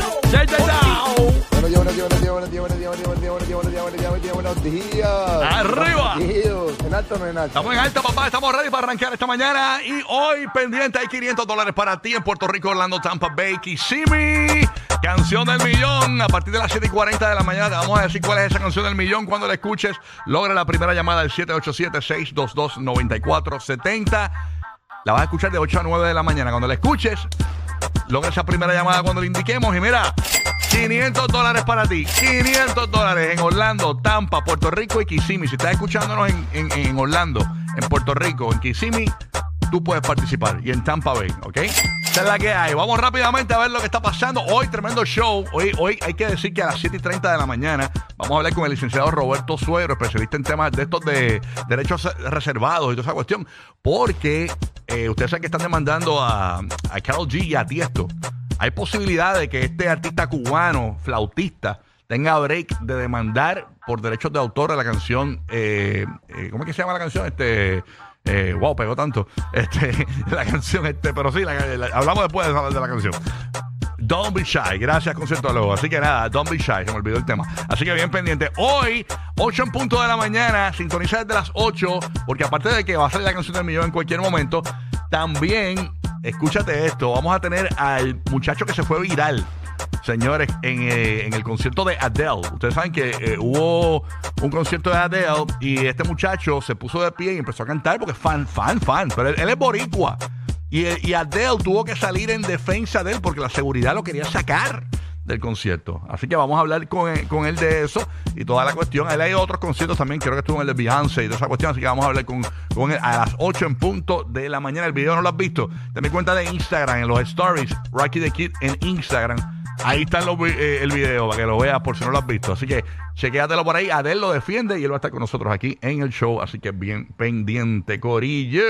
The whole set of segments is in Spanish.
Buenos días, buenos días, buenos días, buenos días, buenos días, buenos días, buenos días, buenos días, buenos días, buenos días, buenos días. Arriba. Ah. Buenos días. ¿En alto o no en alto? Estamos en alta, papá. Estamos ready para arrancar esta mañana. Y hoy, pendiente, hay 500 dólares para ti en Puerto Rico, Orlando, Tampa Bay, Kissimmee. Canción del millón. A partir de las 7 y 40 de la mañana te vamos a decir cuál es esa canción del millón. Cuando la escuches, logra la primera llamada del 787-622-9470. La vas a escuchar de 8 a 9 de la mañana. Cuando la escuches, logra esa primera llamada cuando le indiquemos. Y mira, 500 dólares para ti. 500 dólares en Orlando, Tampa, Puerto Rico y Kissimmee. Si estás escuchándonos en, en- en Orlando, en Puerto Rico, en Kissimmee, tú puedes participar. Y en Tampa Bay, ¿ok? Esa es la que hay. Vamos rápidamente a ver lo que está pasando. Hoy, tremendo show. Hoy, hoy hay que decir que a las 7 y 30 de la mañana vamos a hablar con el licenciado Roberto Suero, especialista en temas de estos de derechos reservados y toda esa cuestión. Porque eh, ustedes saben que están demandando a, a Carol G y a Tiesto. Hay posibilidad de que este artista cubano, flautista, tenga break de demandar por derechos de autor a la canción. eh, eh, ¿Cómo es que se llama la canción? Este. eh, wow, pegó tanto. Este, la canción, este, pero sí, la- la- hablamos después de la- de la canción. Don't be shy. Gracias, concertólogo. Así que nada, don't be shy. Se me olvidó el tema. Así que bien pendiente. Hoy, 8 en punto de la mañana, sintoniza desde las 8, porque aparte de que va a salir la canción del millón en cualquier momento, también, escúchate esto, vamos a tener al muchacho que se fue viral. Señores, en, eh, en el concierto de Adele, ustedes saben que eh, hubo un concierto de Adele y este muchacho se puso de pie y empezó a cantar porque es fan, fan, fan, pero él- él es boricua. Y, eh, y Adele tuvo que salir en defensa de él porque la seguridad lo quería sacar del concierto. Así que vamos a hablar con, él- con él de eso y toda la cuestión. Él hay otros conciertos también, creo que estuvo en el de Beyoncé y toda esa cuestión. Así que vamos a hablar con, con él a las 8 en punto de la mañana. El video no lo has visto. De mi cuenta de Instagram, en los stories, Rocky the Kid en Instagram. Ahí está los vi- eh, el video para que lo veas por si no lo has visto. Así que chequéatelo por ahí. Adel lo defiende y él va a estar con nosotros aquí en el show. Así que bien pendiente, Corillo.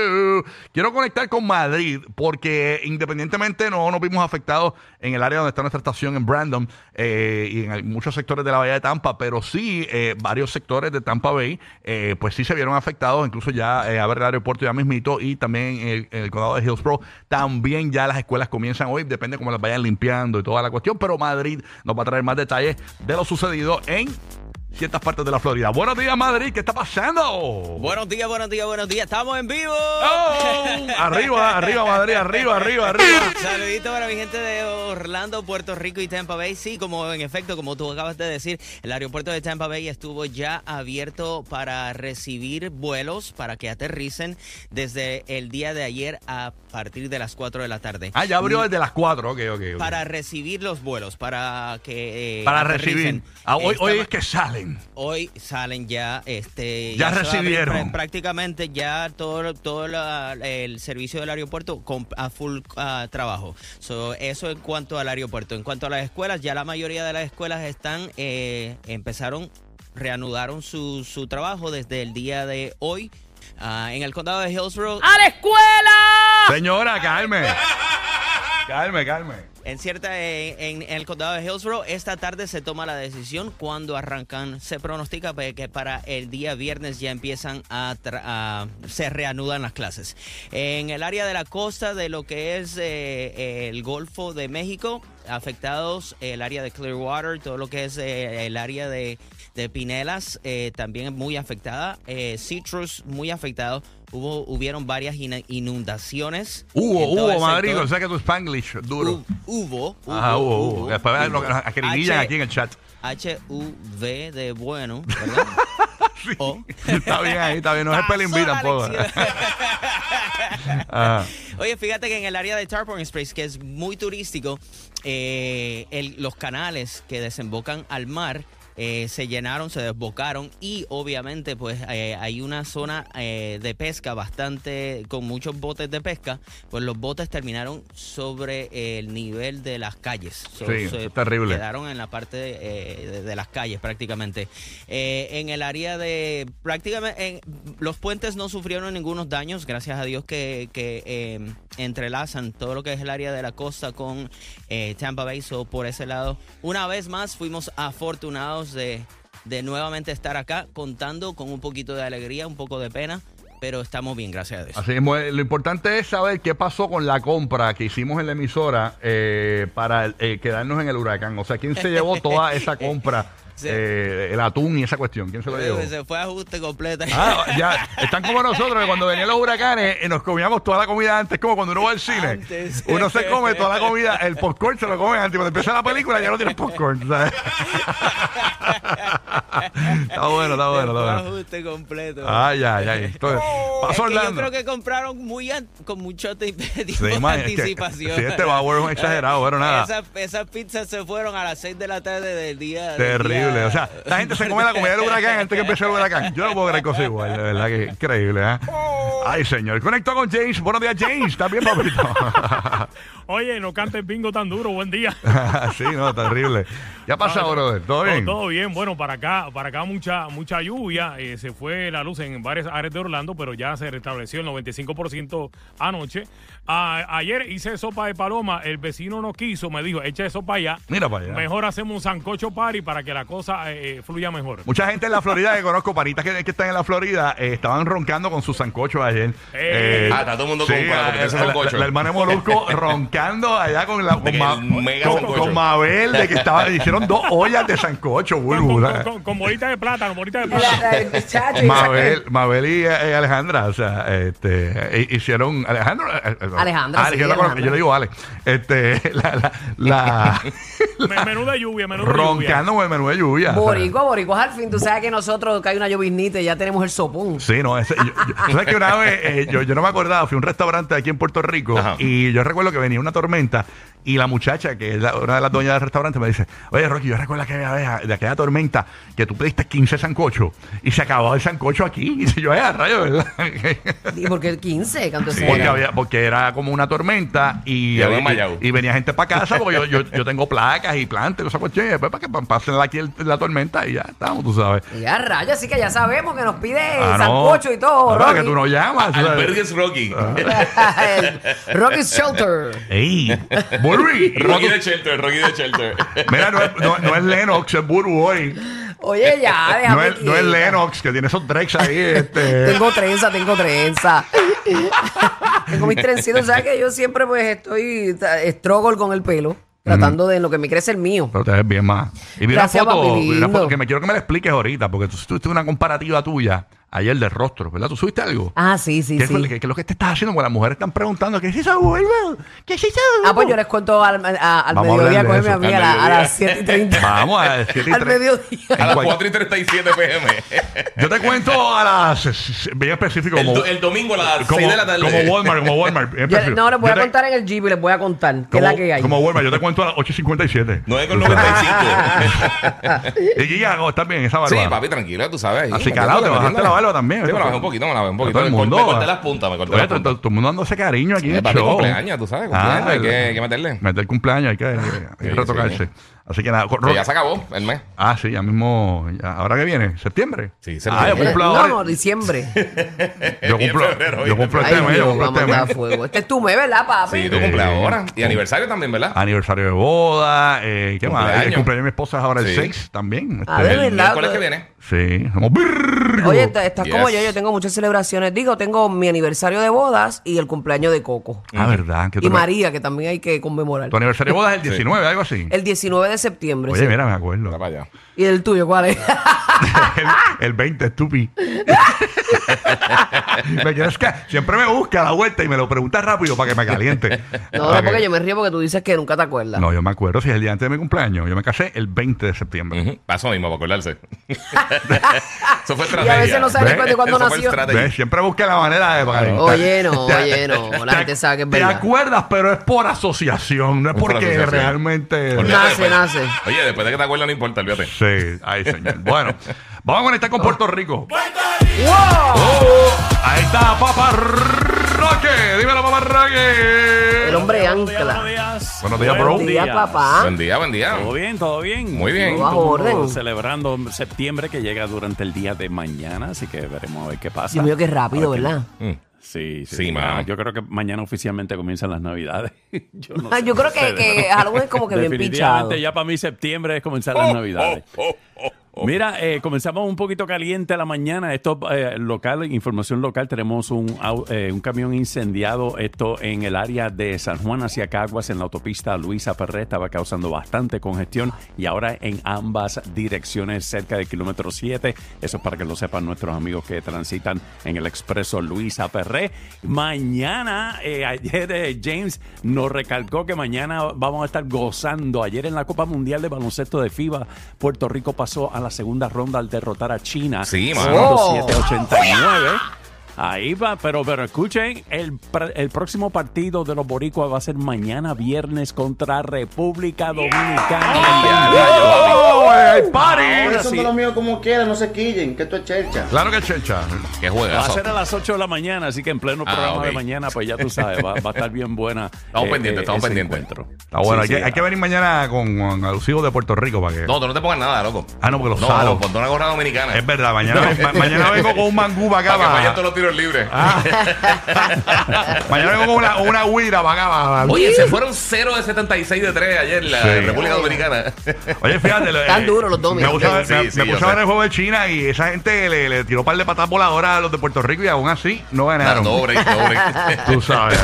Quiero conectar con Madrid porque independientemente no nos vimos afectados en el área donde está nuestra estación en Brandon eh, y en muchos sectores de la Bahía de Tampa, pero sí eh, varios sectores de Tampa Bay, eh, pues sí se vieron afectados. Incluso ya eh, a ver el aeropuerto ya mismito y también en el, en el condado de Hillsborough. También ya las escuelas comienzan hoy, depende cómo las vayan limpiando y toda la cuestión. Pero Madrid nos va a traer más detalles de lo sucedido en ciertas partes de la Florida. Buenos días, Madrid, ¿qué está pasando? Buenos días, buenos días, buenos días. Estamos en vivo. ¡Oh! arriba, arriba, Madrid, arriba, arriba, arriba. Saludito para mi gente de Orlando, Puerto Rico y Tampa Bay. Sí, como en efecto, como tú acabas de decir, el aeropuerto de Tampa Bay estuvo ya abierto para recibir vuelos para que aterricen desde el día de ayer a partir de las 4 de la tarde. Ah, ya abrió desde las 4, ok, ok. ok. Para recibir los vuelos, para que... eh, Para recibir. aterricen. Ah, hoy, Esta hoy ma- es que salen. Hoy salen ya, este, Ya se va a abrir recibieron. prá- prácticamente ya todo, todo la- el servicio del aeropuerto con, a full ah, trabajo. So, eso en cuanto al aeropuerto. En cuanto a las escuelas, ya la mayoría de las escuelas están eh, empezaron reanudaron su, su trabajo desde el día de hoy Ah, en el condado de Hillsborough. Señora, calme. Calme, calme. en cierta en, en el condado de Hillsborough esta tarde se toma la decisión cuando arrancan se pronostica pe- que para el día viernes ya empiezan a, tra- a- se reanudan las clases en el área de la costa de lo que es eh, el Golfo de México afectados el área de Clearwater todo lo que es eh, el área de de Pinelas eh, también muy afectada eh, Citrus muy afectado hubo hubieron varias ina- inundaciones Hubo, en todo hubo, el Madrid, sector. o sea que tu Spanglish duro. Hubo, hubo. Ajá, hubo, hubo. Después hubo. nos- nos acribillan H- aquí en el chat. H-U-V de bueno, ¿verdad? O- Está bien ahí, está bien. No es Pasó Pelín B la tampoco. lección. Ajá. Oye, fíjate que en el área de Tarpon Springs, que es muy turístico, eh, el- los canales que desembocan al mar eh, se llenaron, se desbocaron y obviamente pues eh, hay una zona eh, de pesca bastante, con muchos botes de pesca, pues los botes terminaron sobre el nivel de las calles. So, Sí, se es terrible. Quedaron en la parte eh, de, de las calles prácticamente. Eh, en el área de prácticamente en- los puentes no sufrieron ningunos daños, gracias a Dios que, que, eh, entrelazan todo lo que es el área de la costa con eh, Tampa Bay, so por ese lado. Una vez más fuimos afortunados de, de nuevamente estar acá contando con un poquito de alegría, un poco de pena, pero estamos bien, gracias a Dios. Así es, bueno, lo importante es saber qué pasó con la compra que hicimos en la emisora eh, para eh, quedarnos en el huracán. O sea, ¿quién se llevó toda esa compra? Sí. eh, el atún y esa cuestión. ¿Quién se lo llevó? Se fue ajuste completo. Ah, ya, están como nosotros, que cuando venían los huracanes eh, nos comíamos toda la comida antes, como cuando uno va al cine. Antes. Uno se come toda la comida, el popcorn se lo come antes. Cuando empieza la película ya no tienes popcorn, ¿sabes? está bueno, está bueno, Ah, Fue está bueno. ajuste completo. Ay, ay, ay. Entonces, Es pasó que yo Orlando. creo que compraron muy an- con mucho te- tiempo Sí, de man, es que- anticipación. sí, este Bauer es un exagerado, pero nada. Esas, esas pizzas se fueron a las 6 de la tarde del día. del Terrible. día- O sea, la gente se come la comida del huracán antes que empiece el huracán. Yo no puedo creer cosas igual, de verdad que increíble, ¿eh? Oh. Ay, señor. Conecto con James. Buenos días, James. También, papito. Oye, no cantes bingo tan duro, buen día. sí, no, terrible. ¿Qué ha pasado, brother? ¿Todo bien? Todo, bien, bueno, para acá, para acá mucha, mucha lluvia, eh, se fue la luz en varias áreas de Orlando, pero ya se restableció el 95% anoche. Ah, ayer hice sopa de paloma, el vecino no quiso, me dijo, echa eso para allá. Mira para allá. Mejor hacemos un sancocho party para que la cosa eh, eh, fluya mejor. Mucha gente en la Florida que conozco, panitas que, que están en la Florida, eh, estaban roncando con sus sancochos ayer. Eh. Ah, está todo el mundo con- con la competencia la, de sancocho. la- la hermana de Molusco roncando allá con la con, que Ma- el mega con- sancocho. con Mabel, de que estaba, hicieron dos ollas de sancocho, Con, Bulbu. con, ¿sabes? con- con bolita de plátano, bolita de plátano. Mabel, Mabel y eh, Alejandra, o sea, este, eh, hicieron Alejandro, eh, eh, Alejandra, Ale, sí, yo, la conozco, Alejandra. yo le digo Ale, este, la, la, la- Me- Menuda lluvia, menuda lluvia. roncando con el menú de lluvia. o sea. Boricua, boricua, al fin. Tú sabes que nosotros que hay una lloviznita y ya tenemos el sopón. Sí, no, ese, yo, yo- tú sabes que una vez, eh, yo, yo no me acordaba, fui a un restaurante aquí en Puerto Rico Ajá. y yo recuerdo que venía una tormenta y la muchacha, que es la- una de las dueñas del restaurante, me dice, oye, Rocky, yo recuerdo aquella vez, de aquella tormenta, que tú pediste 15 sancochos y se acabó el sancocho aquí. Y yo, era rayo, ¿verdad? Y porque el 15, canto ese Porque, día. había, porque era como una tormenta y, Y había y- Mayao. y venía gente para casa porque yo, yo, yo tengo placas y plantas y esas cuestiones. Y después pues, para que pa- pasen aquí el- la tormenta y ya estamos, tú sabes. Y a rayos, así que ya sabemos que nos pide Ah, no. Eh, sancocho y todo. No, para que Rocky. tú no llamas. ¿sabes? Albergues Rocky. Ah. El Rocky's Shelter. ¡Ey! ¡Burby! Rocky de Shelter, Rocky de Shelter. Mira, no es, no, no es Lennox, es Burbu hoy. Eh, Oye, ya, Ah, déjame. No es, no es quieta. Lennox, que tiene esos drex ahí. Este. Tengo trenza, tengo trenza. tengo mis trencitos. ¿Sabes que yo siempre pues estoy ta- struggle con el pelo? Tratando de en lo que me crece el mío. Pero te ves bien más. Y vi una Gracias, foto, papi vi una foto lindo. que me quiero que me la expliques ahorita, porque tú tuviste una comparativa tuya ayer de rostro, ¿verdad? ¿Tú subiste algo? Ah, sí, sí, ¿Qué, sí. fue- qué- qué es lo que te estás haciendo? Porque las mujeres están preguntando ¿Qué es esa vuelve? ¿Qué es esa Ah, pues yo les cuento al, a- al Vamos a mediodía, hablar de cógeme a mí eso. a, Al la- a mediodía. las 7 y 30. Vamos a las siete y Al tres. mediodía. A las Cual- 4 y 37 pm. Yo te cuento a las bien específico El, como, do- el domingo a las como, 6 de la tarde. como Walmart, como Walmart. bien Yo- específico. no, les voy Yo a te- contar en el Jeep y les voy a contar qué es como, la que hay. como Walmart, yo te cuento a las 8.57. 9 con 95. Y Guillermo, estás bien, esa barba. Sí, papi, tranquila, tú sabes. Así calado, te bajaste la barba también. Sí, me la bajé bajé un poquito, me la bajé un poquito. Todo el Me mundo. cor- me corté las puntas, me corté Oye, las to- to- puntas. Todo el mundo hace cariño aquí. en Eh, el papi, show. Ah, cumpleaños, tú sabes, cumpleaños, hay que- el- hay que meterle. Meter cumpleaños, hay que, hay que Sí, retocarse. sí. Así que nada. con- Que ya se acabó el mes. Ah, sí, ya mismo. ya- ¿Ahora que viene? ¿Septiembre? Sí, Ah, yo septiembre. cumplo Eh, No, ahora. no, diciembre. Yo cumplo, En febrero, yo hoy, cumplo Ay, este mes, yo Dios, cumplo vamos este a mes. dar fuego. Este es tu mes, ¿verdad, papi? Sí, tú cumples Eh, ahora. Y aniversario también, ¿verdad? Aniversario de boda, eh, ¿qué más? Cumpleaños. El cumpleaños de mi esposa es ahora el Sí. 6 también. A este, ver, el Ah, ¿verdad? pues. miércoles que viene. Sí, somos Virgo. Oye, t- estás Yes. como yo, yo tengo muchas celebraciones. Digo, tengo mi aniversario de bodas y el cumpleaños de Coco. Ah, verdad. Que Y tú- María, que también hay que conmemorar. Tu aniversario de boda es el 19, algo así. El 19 de septiembre. Oye, sí. mira, me acuerdo. Está para allá. ¿Y el tuyo cuál es? el, el 20, estúpido. me quieres ca- Siempre me busca a la vuelta y me lo pregunta rápido para que me caliente. No, Para no, porque que- yo me río porque tú dices que nunca te acuerdas. No, yo me acuerdo si es el día antes de mi cumpleaños. Yo me casé el 20 de septiembre. Ujú. Para eso mismo, para acordarse. eso fue estrategia. Y a veces no Ve, sabes cuándo- cuándo eso fue nació. estrategia. ¿Ves? Siempre busca la manera de calentar. Oye, no, oye, no. La Te- gente sabe que es Te verdad. acuerdas, pero es por asociación, no es Es por porque asociación. realmente. Olvídate Nace, después. nace. Oye, después de que te acuerdas, no importa, olvídate. Sí, ay, señor. Bueno, vamos a conectar con Puerto Rico. Ahí está Papá Roque. Dímelo, Papá El Roque. hombre Buenos ancla. días. Buenos días, bro. Buen día, papá. Buen día, buen día. Todo bien, todo bien. Muy bien. Bajo Todo orden. Celebrando septiembre que llega durante el día de mañana, así que veremos a ver qué pasa. Dios mío, qué rápido, A ver qué- ¿verdad? Mm. Sí, sí. Sí, ya, mano. Yo creo que mañana oficialmente comienzan las navidades. yo no Ay, sé yo creo que, ustedes, que ¿no? Halloween es como que bien Definitivamente pinchado. ya para mí septiembre es comenzar Oh, las navidades. Mira, eh, comenzamos un poquito caliente a la mañana. Esto eh, local, información local, tenemos un, au- eh, un camión incendiado. Esto en el área de San Juan hacia Caguas, en la autopista Luisa Ferré, estaba causando bastante congestión y ahora en ambas direcciones, cerca del kilómetro 7. Eso es para que lo sepan nuestros amigos que transitan en el expreso Luisa Ferré. Mañana, eh, ayer eh, James nos recalcó que mañana vamos a estar gozando. Ayer en la Copa Mundial de Baloncesto de FIBA, Puerto Rico pasó a la segunda ronda al derrotar a China. Sí, mano. Oh, 107-89. Ahí va, pero, pero escuchen, el, pr- el próximo partido de los boricuas va a ser mañana viernes contra República Dominicana. ¡Oh! ¡Ay, eh, party! Ahora sí, Claro que checha. Qué Va a juegazo. ser a las 8 de la mañana, así que en pleno Ah, programa de ok. mañana, pues ya tú sabes, va, va a estar bien buena. Estamos pendientes, estamos ese pendientes. encuentro. Está bueno, Sí, hay, que, sí, hay que venir mañana con, con alusivos de Puerto Rico para que. No, tú no te pongas nada, loco. Ah, no, porque los No, salos. ponte una gorra dominicana. Es verdad, mañana, ma- mañana vengo con un mangú para acá. Para que para- vayan todos los tiros libres. mañana vengo con una, una huira para acá. para- Oye, se fueron 0 de 76 de 3 ayer en la Sí. República Dominicana. Oye, fíjate. lo- Están eh, duros los dominos. Me puse, a ver- Sí, me- sí, me yo puse a ver sé. el juego de China y esa gente le, le tiró un par de patas voladoras a los de Puerto Rico y aún así no No, ganaron. no, break, no, break. Tú sabes.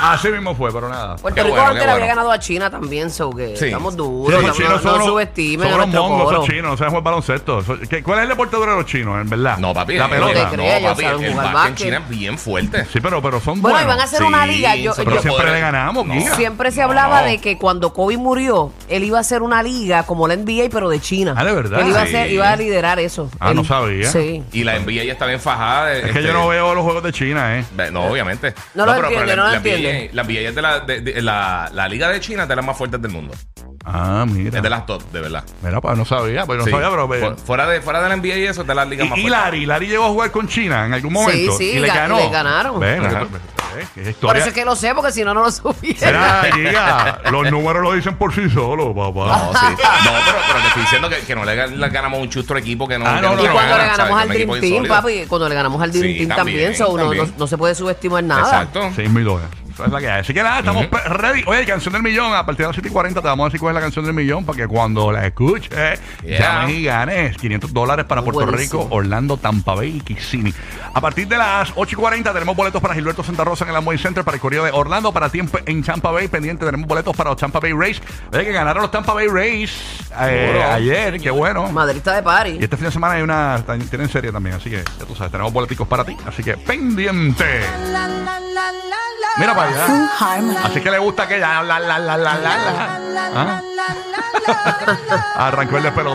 Así mismo fue, pero nada. Puerto Qué Rico bueno, antes qué le bueno. había ganado a China también, so que Sí. estamos Sí, duros. los estamos- chinos no son, unos- subestimen son a unos nuestro mongos, coro. esos chinos, no saben jugar baloncesto. Eso- ¿qué- ¿Cuál es el deporte duro de los chinos, en verdad? no, papi. La eh, pelota. te creas, No, papi, ellos saben el jugar básquet en básquet. China es bien fuerte. Sí, pero, pero son Bueno, y buenos. van a hacer una Sí, liga. Yo, son yo- Pero siempre poderes. le ganamos, No. guía. siempre se No. hablaba de que cuando Kobe murió, él iba a hacer una liga como la NBA, pero de China. Ah, ¿de verdad? Él iba, a Sí. ser- iba a liderar eso. Ah, Él- no sabía. Sí. Y la NBA ya está bien fajada. eh, Es que yo no veo los juegos de China, ¿eh? No, obviamente. No lo entiende, no lo la, NBA entiende. La NBA es Eh, de la, de- de- la, la liga de China es de las más fuertes del mundo. Ah, mira. Es de las top, de verdad. Mira, pues no sabía, pues no Sí. sabía, pero. Fu- fuera, de, fuera de la NBA y eso, es de las ligas más Y, y fuertes. Larry, Larry llegó a jugar con China en algún momento. sí, y le ga- ganó. le ganaron. Ven, Ajá. eh, que es Por historia. eso es que lo sé, porque si no, no lo supiera. Mira, Giga, los números lo dicen por sí solos, papá. No, sí. No, pero, pero te estoy diciendo que, que no le gan- le ganamos un chustro equipo que no. Ah, que no, no, te no. Y lo cuando le ganan, ganamos ¿sabes? al Un equipo Dream Team, insólido. papi, cuando le ganamos al Dream Sí, Team también, también, so, no- también. No, no se puede subestimar nada. Exacto. 6 mil dólares. Esa es la que hay. Así que nada, estamos pe- ready. Oye, canción del millón. A partir de las 7 y 40 te vamos a decir cuál es la canción del millón para que cuando la escuches, Yeah. llames y ganes 500 dólares para Puerto Buenísimo. Rico, Orlando, Tampa Bay y Kissimmee. A partir de las 8 y 40 tenemos boletos para Gilberto Santa Rosa en el Amway Center para el Correo de Orlando. Para ti en, en Tampa Bay, pendiente, tenemos boletos para los Tampa Bay Rays. Oye, que ganaron los Tampa Bay Rays eh, Seguro. ayer. Qué bueno. Madrid está de party. Y este fin de semana hay una, tienen serie también, así que ya tú sabes, tenemos boleticos para ti, así que pendiente. Mira para allá. Así que le gusta que ya la la la la la la. ¿Ah? Arrancó el despelo.